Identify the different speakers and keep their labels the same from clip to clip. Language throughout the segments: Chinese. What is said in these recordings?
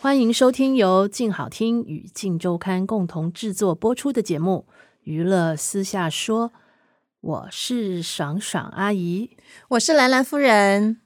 Speaker 1: 欢迎收听由静好听与静周刊共同制作播出的节目《娱乐私下说》，我是爽爽阿姨。
Speaker 2: 我是兰兰夫人。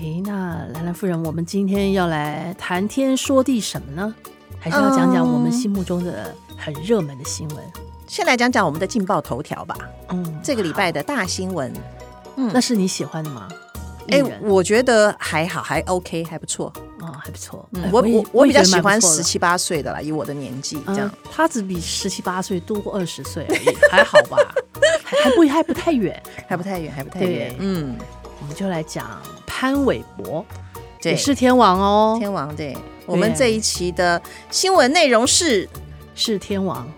Speaker 1: 诶，那兰兰夫人，我们今天要来谈天说地什么呢？还是要讲讲我们
Speaker 2: 嗯
Speaker 1: 心目中的很热门的新闻？
Speaker 2: 先来讲讲我们的劲爆头条吧，
Speaker 1: 嗯，
Speaker 2: 这个礼拜的大新闻。
Speaker 1: 那是你喜欢的吗？
Speaker 2: 嗯哎、
Speaker 1: 艺人
Speaker 2: 我觉得还好，还 OK，还不错。
Speaker 1: 哦，还不错。
Speaker 2: 嗯
Speaker 1: 哎
Speaker 2: 我
Speaker 1: 也
Speaker 2: 我
Speaker 1: 我
Speaker 2: 比
Speaker 1: 也
Speaker 2: 较
Speaker 1: 觉得
Speaker 2: 喜
Speaker 1: 蛮不
Speaker 2: 欢
Speaker 1: 错
Speaker 2: 十
Speaker 1: 的
Speaker 2: 七八岁的啦，以我的年纪这样
Speaker 1: 嗯。他只比十七八岁多二十岁而已，还好吧？还还不 还不太远。
Speaker 2: 还不太远，还不太
Speaker 1: 对
Speaker 2: 远。嗯，
Speaker 1: 我们就来讲潘玮柏，
Speaker 2: 对，
Speaker 1: 也是天王哦，
Speaker 2: 天王。对，我们这一期的新闻内容是
Speaker 1: 是天王。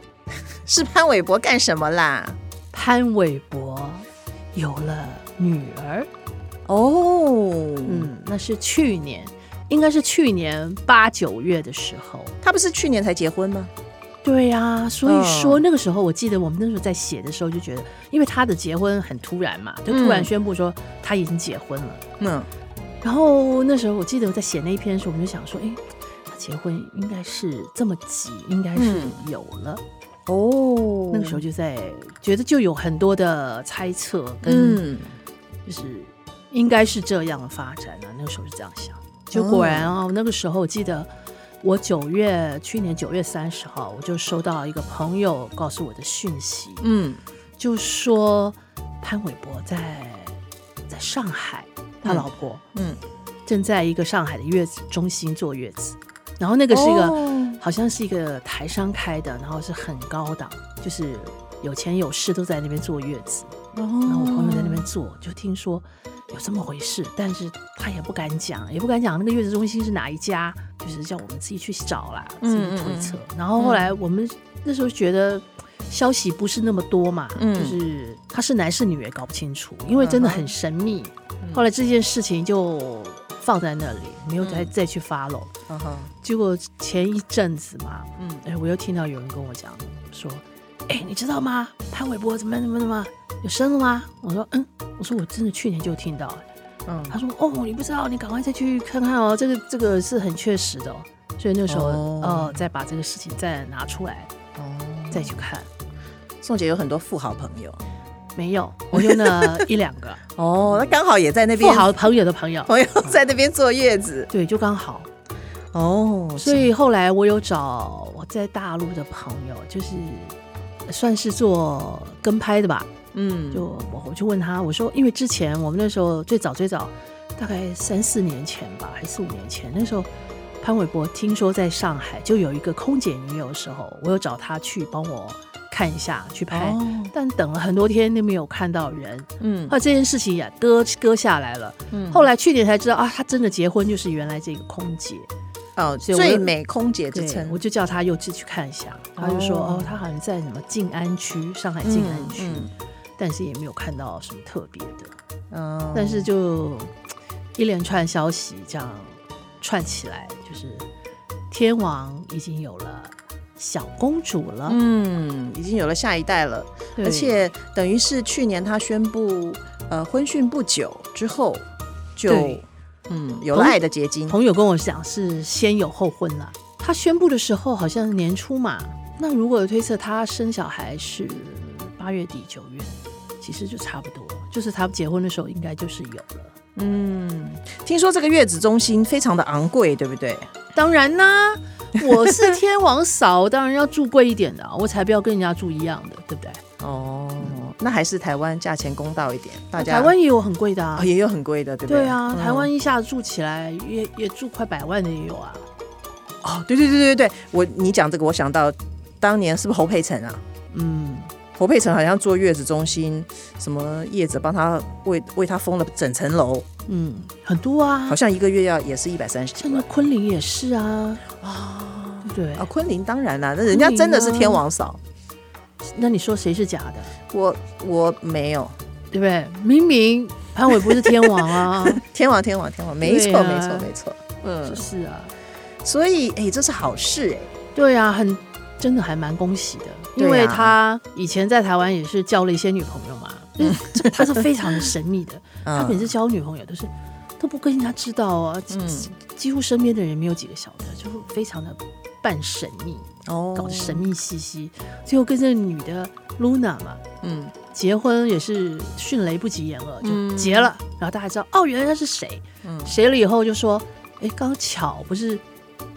Speaker 2: 是潘玮柏干什么啦？
Speaker 1: 潘玮柏有了女儿，
Speaker 2: 哦，嗯，
Speaker 1: 嗯，那是去年，应该是去年八九月的时候。
Speaker 2: 他不是去年才结婚吗？
Speaker 1: 对呀、所以说
Speaker 2: 嗯
Speaker 1: 那个时候，我记得我们那时候在写的时候就觉得，因为他的结婚很突然嘛，就突然
Speaker 2: 嗯
Speaker 1: 宣布说他已经结婚了。
Speaker 2: 嗯，
Speaker 1: 然后那时候我记得我在写那一篇的时候，我们就想说，诶，他结婚应该是这么急，应该是
Speaker 2: 嗯
Speaker 1: 有了。
Speaker 2: 哦
Speaker 1: 那个时候就在觉得就有很多的猜测，跟
Speaker 2: 嗯，
Speaker 1: 就是应该是这样的发展啊。那个时候是这样想，就果然
Speaker 2: 哦
Speaker 1: 啊，那个时候我记得。我九月去年九月三十号，我就收到一个朋友告诉我的讯息，
Speaker 2: 嗯，
Speaker 1: 就说潘玮柏在在上海，他
Speaker 2: 嗯
Speaker 1: 老婆
Speaker 2: 嗯
Speaker 1: 正在一个上海的月子中心坐月子，然后那个是一个、
Speaker 2: 哦
Speaker 1: 好像是一个台商开的，然后是很高档，就是有钱有势都在那边坐月子。然后我朋友在那边坐，就听说有这么回事，但是他也不敢讲，也不敢讲那个月子中心是哪一家，就是叫我们自己去找啦，自己
Speaker 2: 嗯嗯
Speaker 1: 推测。然
Speaker 2: 嗯
Speaker 1: 后后来我们那时候觉得。消息不是那么多嘛，
Speaker 2: 嗯
Speaker 1: 就是他是男是女也搞不清楚，因为真的很神秘。
Speaker 2: 嗯
Speaker 1: 后来这件事情就放在那里，没有再、再去 follow。
Speaker 2: 嗯哼，
Speaker 1: 结果前一阵子嘛，
Speaker 2: 嗯，
Speaker 1: 哎，我又听到有人跟我讲说，哎，你知道吗？潘玮柏怎么怎么怎么有生了吗？我说，嗯，我说我真的去年就听到了。
Speaker 2: 嗯
Speaker 1: 他说，哦，你不知道，你赶快再去看看哦，这个这个是很确实的、哦。所以那时候，
Speaker 2: 哦
Speaker 1: 呃，再把这个事情再拿出来
Speaker 2: 哦，
Speaker 1: 再去看，
Speaker 2: 宋姐有很多富豪朋友
Speaker 1: 没有，我就 那一两个
Speaker 2: 哦，那刚好也在那边
Speaker 1: 富豪朋友的朋友，
Speaker 2: 朋友在那边坐月子
Speaker 1: 对，就刚好。
Speaker 2: 哦，
Speaker 1: 所以后来我有找我在大陆的朋友，就是算是做跟拍的吧，
Speaker 2: 嗯
Speaker 1: 就我我就问他，我说，因为之前我们那时候最早最早，大概三四年前吧，还是四五年前，那时候潘玮柏听说在上海就有一个空姐女友的时候，我有找他去帮我看一下去拍，
Speaker 2: 哦
Speaker 1: 但等了很多天都没有看到人，
Speaker 2: 嗯
Speaker 1: 后来这件事情也搁搁下来了。
Speaker 2: 嗯
Speaker 1: 后来去年才知道啊，他真的结婚就是原来这个空姐，
Speaker 2: 哦，
Speaker 1: 所以我就
Speaker 2: 最美空姐之
Speaker 1: 对，
Speaker 2: 称，
Speaker 1: 我就叫他又去去看一下，他就说
Speaker 2: 哦
Speaker 1: 哦，他好像在什么静安区，上海
Speaker 2: 嗯
Speaker 1: 静安区，
Speaker 2: 嗯
Speaker 1: 但是也没有看到什么特别的。
Speaker 2: 嗯
Speaker 1: 但是就一连串消息这样串起来，就是天王已经有了小公主了，
Speaker 2: 嗯，已经有了下一代了，
Speaker 1: 对
Speaker 2: 而且等于是去年他宣布呃婚讯不久之后就
Speaker 1: 对
Speaker 2: 嗯有了爱的结晶，
Speaker 1: 朋友跟我讲是先有后婚了。她宣布的时候好像是年初嘛，那如果有推测她生小孩是八月底九月，其实就差不多，就是他们结婚的时候应该就是有了。
Speaker 2: 嗯，听说这个月子中心非常的昂贵，对不对？
Speaker 1: 当然啦、我 是天王嫂，当然要住贵一点的啊、我才不要跟人家住一样的，对不对？
Speaker 2: 哦，那还是台湾价钱公道一点，大家
Speaker 1: 哦台湾也有很贵的啊
Speaker 2: 哦、，也有很贵的，对不对？
Speaker 1: 对啊，
Speaker 2: 嗯
Speaker 1: 台湾一下子住起来也也住快百万的也有啊。
Speaker 2: 哦，对对对对对，我你讲这个，我想到当年是不是侯佩岑啊？
Speaker 1: 嗯，
Speaker 2: 侯佩岑好像坐月子中心，什么叶子帮他为为他封了整层楼，
Speaker 1: 嗯，很多啊，
Speaker 2: 好像一个月要也是一百三十几
Speaker 1: 像那
Speaker 2: 万
Speaker 1: 昆凌也是啊，
Speaker 2: 啊
Speaker 1: 对不对？
Speaker 2: 啊！昆凌当然啦，那人
Speaker 1: 啊
Speaker 2: 家真的是天王嫂，
Speaker 1: 那你说谁是假的？
Speaker 2: 我我没有
Speaker 1: 对不对？明明潘玮柏是天王 啊，
Speaker 2: 天王天王天王，没错、
Speaker 1: 对啊
Speaker 2: 没错没错，嗯
Speaker 1: 就，是啊，
Speaker 2: 所以哎、这是好事哎、
Speaker 1: 对啊，很真的还蛮恭喜的，因
Speaker 2: 对
Speaker 1: 为
Speaker 2: 啊
Speaker 1: 他以前在台湾也是交了一些女朋友嘛，就是这 他是非常的神秘的，他每
Speaker 2: 嗯
Speaker 1: 次交女朋友都是都不跟人家知道啊，几几几乎身边的人没有几个晓得，就是非常的半神秘，
Speaker 2: 哦
Speaker 1: 搞得神秘兮兮，最后跟这女的 Luna 嘛。
Speaker 2: 嗯
Speaker 1: 结婚也是迅雷不及掩耳，
Speaker 2: 嗯
Speaker 1: 就结了。然后大家知道，哦，原来他是谁，
Speaker 2: 嗯
Speaker 1: 谁了以后就说，哎，刚巧不是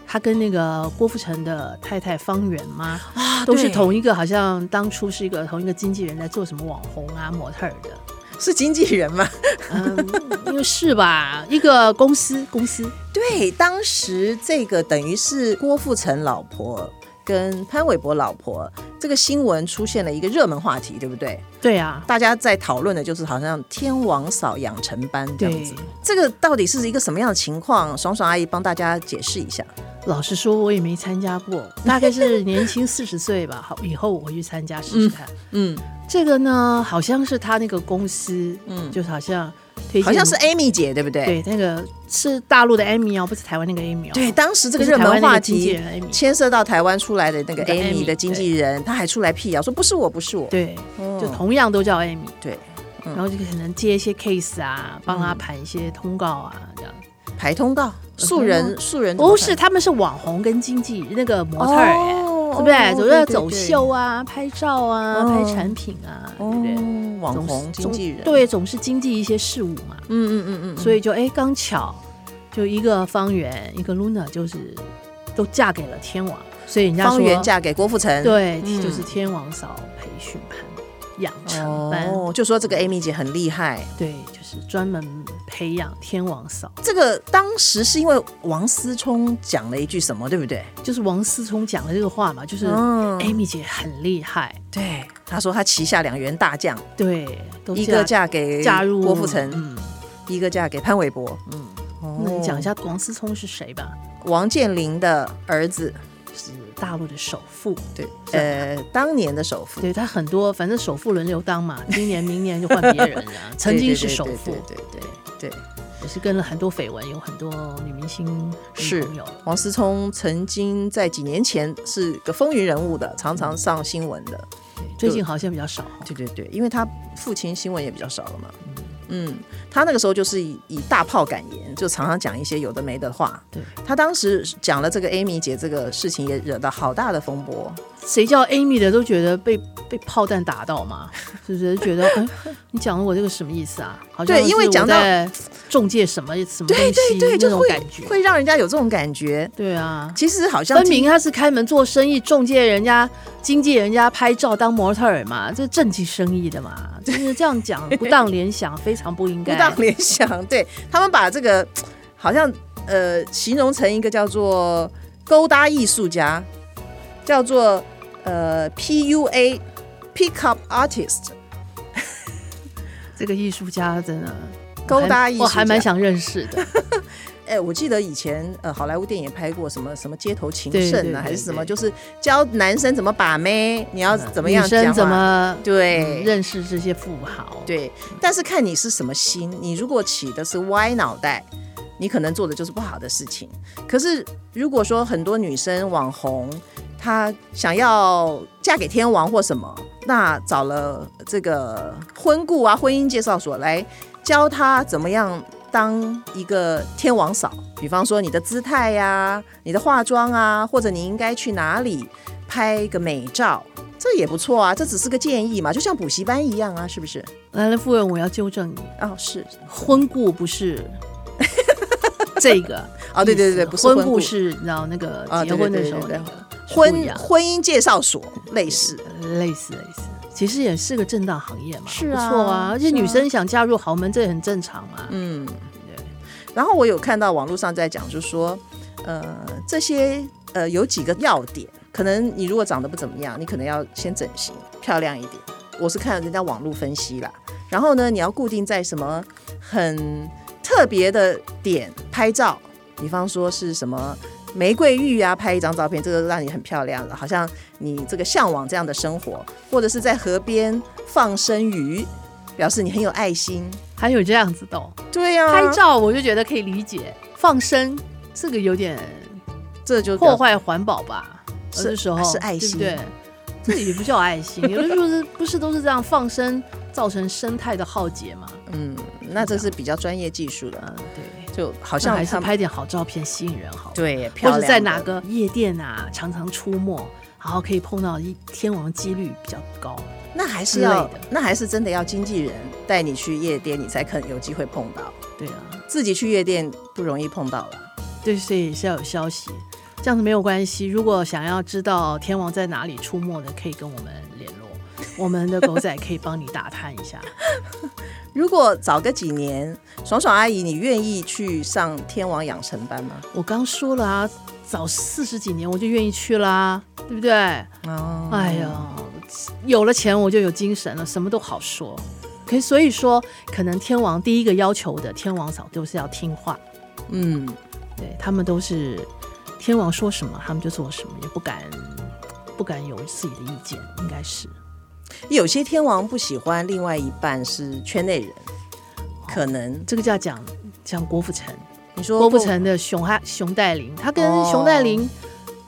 Speaker 1: 他跟那个郭富城的太太方圆吗？
Speaker 2: 啊
Speaker 1: 都是
Speaker 2: 对
Speaker 1: 同一个，好像当初是一个同一个经纪人在做什么网红啊、模特儿的，
Speaker 2: 是经纪人 嘛？
Speaker 1: 嗯，因为是吧？一个公司公司，
Speaker 2: 对，当时这个等于是郭富城老婆跟潘玮柏老婆这个新闻出现了一个热门话题，对不对？
Speaker 1: 对啊，
Speaker 2: 大家在讨论的就是好像天王嫂养成班这样子
Speaker 1: 对，
Speaker 2: 这个到底是一个什么样的情况？爽爽阿姨帮大家解释一下。
Speaker 1: 老实说，我也没参加过，大概是年轻四十岁吧，好，以后我会去参加试试看。
Speaker 2: 嗯
Speaker 1: 这个呢，好像是他那个公司，
Speaker 2: 嗯，
Speaker 1: 就是好像推荐，
Speaker 2: 好像是 Amy 姐对不对？
Speaker 1: 对那个是大陆的 Amy 哦，不是台湾那个 Amy 哦。
Speaker 2: 对，当时这个
Speaker 1: 就是
Speaker 2: 热
Speaker 1: 台湾
Speaker 2: 门
Speaker 1: 那个
Speaker 2: 话
Speaker 1: 经纪
Speaker 2: 题
Speaker 1: 人 Amy
Speaker 2: 牵涉到台湾出来的那个
Speaker 1: 那个
Speaker 2: Amy
Speaker 1: Amy，
Speaker 2: 的经纪人，他还出来辟谣说不是我，不是我。
Speaker 1: 对，
Speaker 2: 哦，
Speaker 1: 就同样都叫 Amy，、
Speaker 2: 对嗯
Speaker 1: 然后就可能接一些 case 啊，帮他盘一些通告啊，这样。
Speaker 2: 排通告，素人素人怎么
Speaker 1: 哦不是，
Speaker 2: 看
Speaker 1: 他们是网红跟经纪那个模特儿、哎对不对？总要走秀啊，拍照啊，
Speaker 2: 哦
Speaker 1: 拍产品啊，对不对？
Speaker 2: 哦，网
Speaker 1: 总是
Speaker 2: 红经纪人，
Speaker 1: 总，对，总是经纪一些事务嘛，
Speaker 2: 嗯嗯嗯嗯，
Speaker 1: 所
Speaker 2: 以
Speaker 1: 以就哎，刚巧就一个方圆，一个 Luna，就是都嫁给了天王，所以人家说
Speaker 2: 方圆嫁给郭富城，，
Speaker 1: 对，
Speaker 2: 嗯
Speaker 1: 就是天王嫂培训班、养成班，
Speaker 2: 哦，就说这个 Amy 姐很厉害。
Speaker 1: 对，就是专门培养天王嫂，
Speaker 2: 这个当时是因为王思聪讲了一句什么，对不对？
Speaker 1: 就是王思聪讲的这个话嘛，就是哎
Speaker 2: 嗯
Speaker 1: Amy 姐很厉害，
Speaker 2: 对，他说他旗下两员大将，
Speaker 1: 对，都
Speaker 2: 一个嫁给
Speaker 1: 嫁入
Speaker 2: 郭富城，
Speaker 1: 嗯
Speaker 2: 一个嫁给潘玮柏。
Speaker 1: 嗯，
Speaker 2: 哦
Speaker 1: 那你讲一下王思聪是谁吧？
Speaker 2: 王健林的儿子，
Speaker 1: 是大陆的首富，
Speaker 2: 对，呃，当年的首富，
Speaker 1: 对他很多，反正首富轮流当嘛，今年明年就换别 人了。曾经是首富，
Speaker 2: 对对对对对对
Speaker 1: 也是跟了很多绯闻，有很多女明星
Speaker 2: 是
Speaker 1: 女朋友。
Speaker 2: 王思聪曾经在几年前是个风云人物的，常常上新闻的。
Speaker 1: 对最近好像比较少。
Speaker 2: 对对对，因为他父亲新闻也比较少了嘛。嗯，他那个时候就是以以大炮感言，就常常讲一些有的没的话。
Speaker 1: 对，
Speaker 2: 他当时讲了这个 Amy 姐这个事情，也惹到好大的风波。
Speaker 1: 谁叫 Amy 的都觉得被被炮弹打到嘛，是不是？觉得哎，你讲的我这个什么意思啊？好像
Speaker 2: 对因为
Speaker 1: 是我
Speaker 2: 讲到
Speaker 1: 在中介什么什么东
Speaker 2: 对
Speaker 1: 西
Speaker 2: 对对，
Speaker 1: 那
Speaker 2: 就
Speaker 1: 种
Speaker 2: 会
Speaker 1: 感觉，
Speaker 2: 会让人家有这种感觉。
Speaker 1: 对啊。
Speaker 2: 其实好像
Speaker 1: 分明他是开门做生意，中介人家、经纪人家拍照当模特儿嘛，这正经生意的嘛，就是这样讲，不当联想非常不应
Speaker 2: 不
Speaker 1: 该。
Speaker 2: 当联想，对他们把这个好像呃形容成一个叫做勾搭艺术家，叫做呃 PUA pickup artist
Speaker 1: 这个艺术家真的
Speaker 2: 勾搭艺术家。
Speaker 1: 我还蛮想认识的。
Speaker 2: 哎、我记得以前呃好莱坞电影也拍过什么什么街头情
Speaker 1: 对对
Speaker 2: 圣
Speaker 1: 对
Speaker 2: 啊，还是什么，
Speaker 1: 对
Speaker 2: 就是教男生怎么把妹，你要怎么
Speaker 1: 嗯
Speaker 2: 样
Speaker 1: 女
Speaker 2: 讲
Speaker 1: 生
Speaker 2: 话
Speaker 1: 怎么
Speaker 2: 对。
Speaker 1: 认识这些富豪？，
Speaker 2: 对，但是看你是什么心。你如果起的是歪脑袋，你可能做的就是不好的事情。可是如果说很多女生网红，她想要嫁给天王或什么，那找了这个婚顾啊、婚姻介绍所来教她怎么样。当一个天王嫂，比方说你的姿态呀、你的化妆啊，或者你应该去哪里拍个美照，这也不错啊。这只是个建议嘛，就像补习班一样啊，是不是？
Speaker 1: 来了，夫人，我要纠正你，
Speaker 2: 哦，是
Speaker 1: 婚故不是 这个
Speaker 2: 哦，对对对对，
Speaker 1: 意思
Speaker 2: 不是
Speaker 1: 婚
Speaker 2: 婚故
Speaker 1: 是你知道那个
Speaker 2: 啊
Speaker 1: 结
Speaker 2: 对对
Speaker 1: 婚的
Speaker 2: 对
Speaker 1: 时候
Speaker 2: 对
Speaker 1: 那个是不一
Speaker 2: 婚
Speaker 1: 样
Speaker 2: 婚姻介绍所类似，
Speaker 1: 类似类似，其实也是个正当行业嘛，
Speaker 2: 是啊
Speaker 1: 不错啊，而且
Speaker 2: 是啊
Speaker 1: 女生想嫁入豪门这也很正常嘛，
Speaker 2: 嗯。
Speaker 1: 对
Speaker 2: 然后我有看到网络上在讲，就是说，呃，这些呃有几个要点，可能你如果长得不怎么样，你可能要先整形，漂亮一点，我是看人家网络分析啦。然后呢，你要固定在什么很特别的点拍照，比方说是什么玫瑰浴啊，拍一张照片，这个让你很漂亮，好像你这个向往这样的生活，或者是在河边放生鱼，表示你很有爱心。
Speaker 1: 还有这样子的哦、
Speaker 2: 对呀、
Speaker 1: 拍照我就觉得可以理解，放生这个有点
Speaker 2: 这就
Speaker 1: 破坏环保吧，有
Speaker 2: 是啊
Speaker 1: 的时候
Speaker 2: 是爱心
Speaker 1: 对不对？这也不叫爱 心，有的时候是不是都是这样放生，造成生态的浩劫嘛？
Speaker 2: 嗯，那这是比较专业技术的，啊
Speaker 1: 嗯，对，
Speaker 2: 就好
Speaker 1: 那
Speaker 2: 像
Speaker 1: 还
Speaker 2: 他
Speaker 1: 是
Speaker 2: 们
Speaker 1: 拍点好照片吸引人好了，
Speaker 2: 对，漂
Speaker 1: 或
Speaker 2: 亮
Speaker 1: 者
Speaker 2: 的
Speaker 1: 在哪个夜店啊常常出没，然后可以碰到一天王几率比较高。
Speaker 2: 那还
Speaker 1: 之
Speaker 2: 是
Speaker 1: 类
Speaker 2: 要
Speaker 1: 的，
Speaker 2: 那还是真的要经纪人带你去夜店，你才可能有机会碰到。
Speaker 1: 对啊，
Speaker 2: 自己去夜店不容易碰到了。
Speaker 1: 对，所以是要有消息，这样子没有关系。如果想要知道天王在哪里出没的，可以跟我们联络，我们的狗仔可以帮你打探一下。
Speaker 2: 如果早个几年，爽爽阿姨，你愿意去上天王养成班吗？
Speaker 1: 我刚说了啊，早四十几年我就愿意去啦、对不对？
Speaker 2: 哦
Speaker 1: 哎呀，有了钱我就有精神了，什么都好说。可以所以说，可能天王第一个要求的天王嫂都是要听话，
Speaker 2: 嗯，
Speaker 1: 对他们都是天王说什么他们就做什么，也不敢不敢有自己的意见，应该是。
Speaker 2: 有些天王不喜欢另外一半是圈内人，可能
Speaker 1: 这个就要讲讲郭富城，
Speaker 2: 你说
Speaker 1: 哦郭富城的熊哈熊黛林，他跟
Speaker 2: 哦
Speaker 1: 熊黛林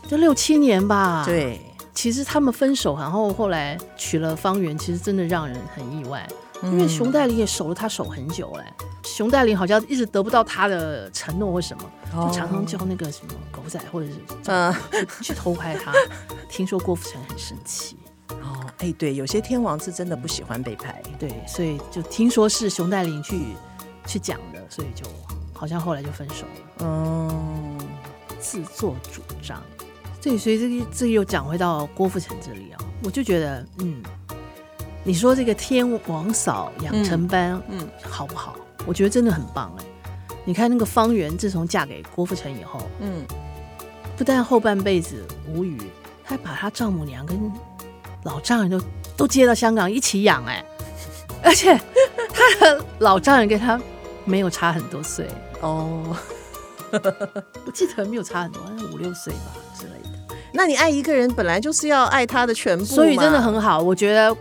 Speaker 1: 就六七年吧。，
Speaker 2: 对，
Speaker 1: 其实他们分手，然后后来娶了方圆，其实真的让人很意外，
Speaker 2: 嗯
Speaker 1: 因为熊黛林也守了他守很久嘞、熊黛林好像一直得不到他的承诺或什么，就常常叫那个什么狗仔或者是
Speaker 2: 哦嗯
Speaker 1: 去去偷拍他。听说郭富城很生气，
Speaker 2: 哦哎对，有些天王是真的不喜欢被拍。
Speaker 1: 对，所以就听说是熊黛林去去讲的，所以就好像后来就分手了。
Speaker 2: 嗯，
Speaker 1: 自作主张。对，所以这个这个又讲回到郭富城这里啊，我就觉得，嗯，你说这个天王嫂养成班，嗯，
Speaker 2: 嗯嗯
Speaker 1: 好不好？我觉得真的很棒哎、你看那个方圆，自从嫁给郭富城以后，
Speaker 2: 嗯，
Speaker 1: 不但后半辈子无语，还把她丈母娘跟老丈人都都接到香港一起养哎、 而且她的老丈人跟她没有差很多岁，
Speaker 2: 哦，
Speaker 1: 我记得没有差很多，好像五六岁吧之类的。
Speaker 2: 那你爱一个人本来就是要爱他的全部嘛，
Speaker 1: 所以真的很好。我觉得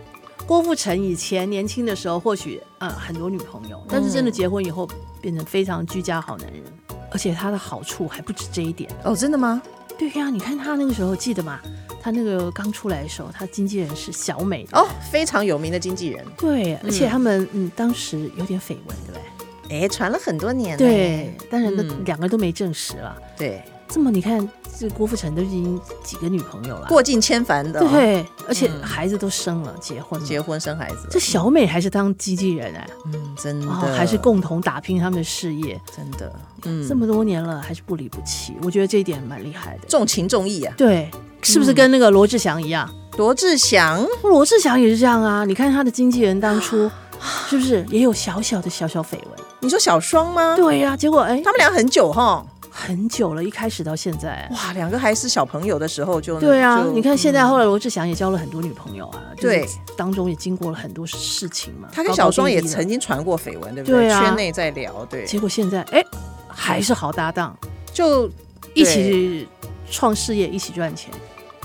Speaker 1: 郭富城以前年轻的时候，或许呃很多女朋友，但是真的结婚以后变成非常居家好男人，而且他的好处还不止这一点。
Speaker 2: 哦，真的吗？
Speaker 1: 对呀、你看他那个时候记得吗？他那个刚出来的时候，他经纪人是小美
Speaker 2: 哦，非常有名的经纪人，
Speaker 1: 对，而且他们嗯当时有点绯闻，对不对？
Speaker 2: 哎，传了很多年了
Speaker 1: 对，当然都
Speaker 2: 嗯
Speaker 1: 两个都没证实了。
Speaker 2: 对，
Speaker 1: 这么你看，这郭富城都已经几个女朋友了，
Speaker 2: 过尽千帆的、哦，
Speaker 1: 对，而且
Speaker 2: 嗯
Speaker 1: 孩子都生了，结婚了。
Speaker 2: 结婚生孩子，
Speaker 1: 这小美还是当经纪人哎、
Speaker 2: 嗯，真的、
Speaker 1: 哦，还是共同打拼他们的事业，
Speaker 2: 真的，嗯，
Speaker 1: 这么多年了还是不离不弃，我觉得这一点蛮厉害的。
Speaker 2: 重情重义啊。
Speaker 1: 对，是不是跟那个罗志祥一样？
Speaker 2: 罗志祥，
Speaker 1: 嗯罗志祥也是这样啊，你看他的经纪人当初啊是不是也有小小的小小绯闻？
Speaker 2: 你说小双吗？
Speaker 1: 对呀、结果哎，
Speaker 2: 他们俩很久哈，
Speaker 1: 很久了，一开始到现在。
Speaker 2: 哇，两个还是小朋友的时候就
Speaker 1: 对啊
Speaker 2: 就，
Speaker 1: 你看现在后来罗志祥也交了很多女朋友啊，就是
Speaker 2: 对
Speaker 1: 当中也经过了很多事情嘛。
Speaker 2: 他跟小双也
Speaker 1: 高高低低的
Speaker 2: 曾经传过绯闻，对不对？
Speaker 1: 对啊
Speaker 2: 圈内在聊，对，
Speaker 1: 结果现在哎还是好搭档，
Speaker 2: 就
Speaker 1: 一起创事业，一起赚钱，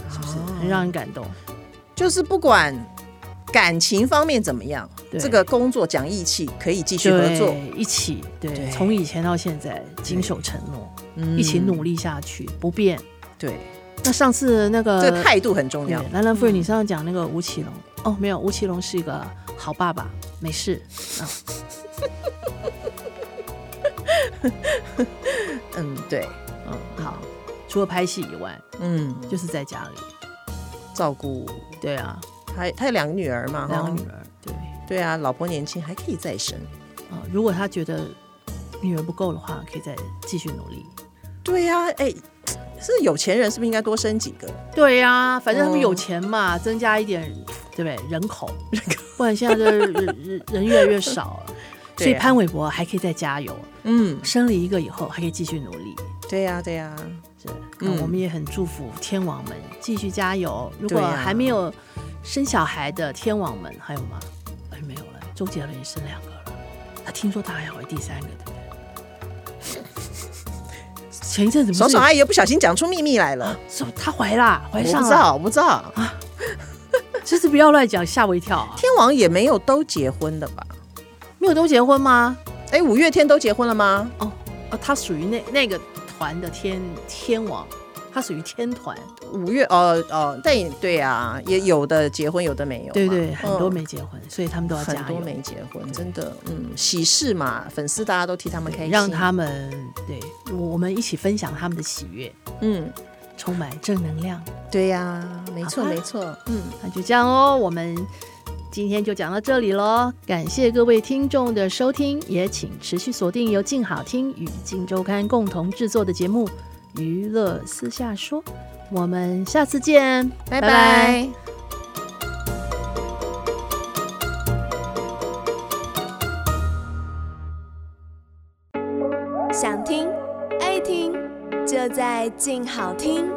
Speaker 1: 是不是
Speaker 2: 哦
Speaker 1: 很让人感动？
Speaker 2: 就是不管感情方面怎么样，
Speaker 1: 对
Speaker 2: 这个工作讲义气可以继续合
Speaker 1: 对，
Speaker 2: 作，
Speaker 1: 一起对，
Speaker 2: 对
Speaker 1: 从以前到现在谨守承诺，
Speaker 2: 嗯
Speaker 1: 一起努力下去，不变。
Speaker 2: 对，
Speaker 1: 那上次那个
Speaker 2: 这个态度很重
Speaker 1: 对
Speaker 2: 要。嗯
Speaker 1: 兰兰夫人，你上次讲那个吴奇隆，哦，没有，吴奇隆是一个好爸爸，没事啊，
Speaker 2: 嗯，对，
Speaker 1: 嗯，好。除了拍戏以外，
Speaker 2: 嗯，
Speaker 1: 就是在家里。
Speaker 2: 照顾
Speaker 1: 对啊，
Speaker 2: 他，他有两个女儿嘛，
Speaker 1: 两个
Speaker 2: 哈
Speaker 1: 女儿，对
Speaker 2: 对啊，老婆年轻还可以再生。
Speaker 1: 啊、如果他觉得女儿不够的话，可以再继续努力。
Speaker 2: 对呀、啊，哎，是有钱人是不是应该多生几个？
Speaker 1: 对呀、反正他们
Speaker 2: 嗯
Speaker 1: 有钱嘛，增加一点，对不对？人口， 不然现在这人人人越来越少了。所以
Speaker 2: 对啊
Speaker 1: 潘玮柏还可以再加油，
Speaker 2: 嗯，
Speaker 1: 生了一个以后还可以继续努力。
Speaker 2: 对呀、对呀、
Speaker 1: 是，那
Speaker 2: 嗯
Speaker 1: 我们也很祝福天王们继续加油。如果
Speaker 2: 对啊
Speaker 1: 还没有生小孩的天王们还有吗？哎，没有了，周杰伦也生两个了，他听说他还怀第三个，对不对？ 前一阵子不
Speaker 2: 爽
Speaker 1: 是
Speaker 2: 爽阿姨又不小心讲出秘密来了，
Speaker 1: 说她怀啦，怀
Speaker 2: 我
Speaker 1: 啊上啊
Speaker 2: 不
Speaker 1: 了，
Speaker 2: 知道，我不知道，
Speaker 1: 就是不要乱讲，吓我一跳、啊。
Speaker 2: 天王也没有都结婚的吧？
Speaker 1: 没有都结婚吗？
Speaker 2: 哎，五月天都结婚了吗？
Speaker 1: 哦哦，他属于那那个团的天天王，他属于天团。
Speaker 2: 五月哦哦，但也对啊，也有的结婚，有的没有嘛，
Speaker 1: 对对，很多
Speaker 2: 嗯
Speaker 1: 没结婚，所以他们都要
Speaker 2: 很
Speaker 1: 加
Speaker 2: 多
Speaker 1: 油，
Speaker 2: 没结婚，真的，嗯，喜事嘛，粉丝大家都替他们开
Speaker 1: 对
Speaker 2: 心，
Speaker 1: 让他们对我我们一起分享他们的喜悦，
Speaker 2: 嗯，
Speaker 1: 充满正能量。
Speaker 2: 对呀、没错
Speaker 1: 好吧
Speaker 2: 没错，嗯，
Speaker 1: 那就这样哦，我们今天就讲到这里喽。感谢各位听众的收听，也请持续锁定由静好听与静周刊共同制作的节目《娱乐私下说》，我们下次见，
Speaker 2: 拜拜
Speaker 3: 想听爱听，就在静好听。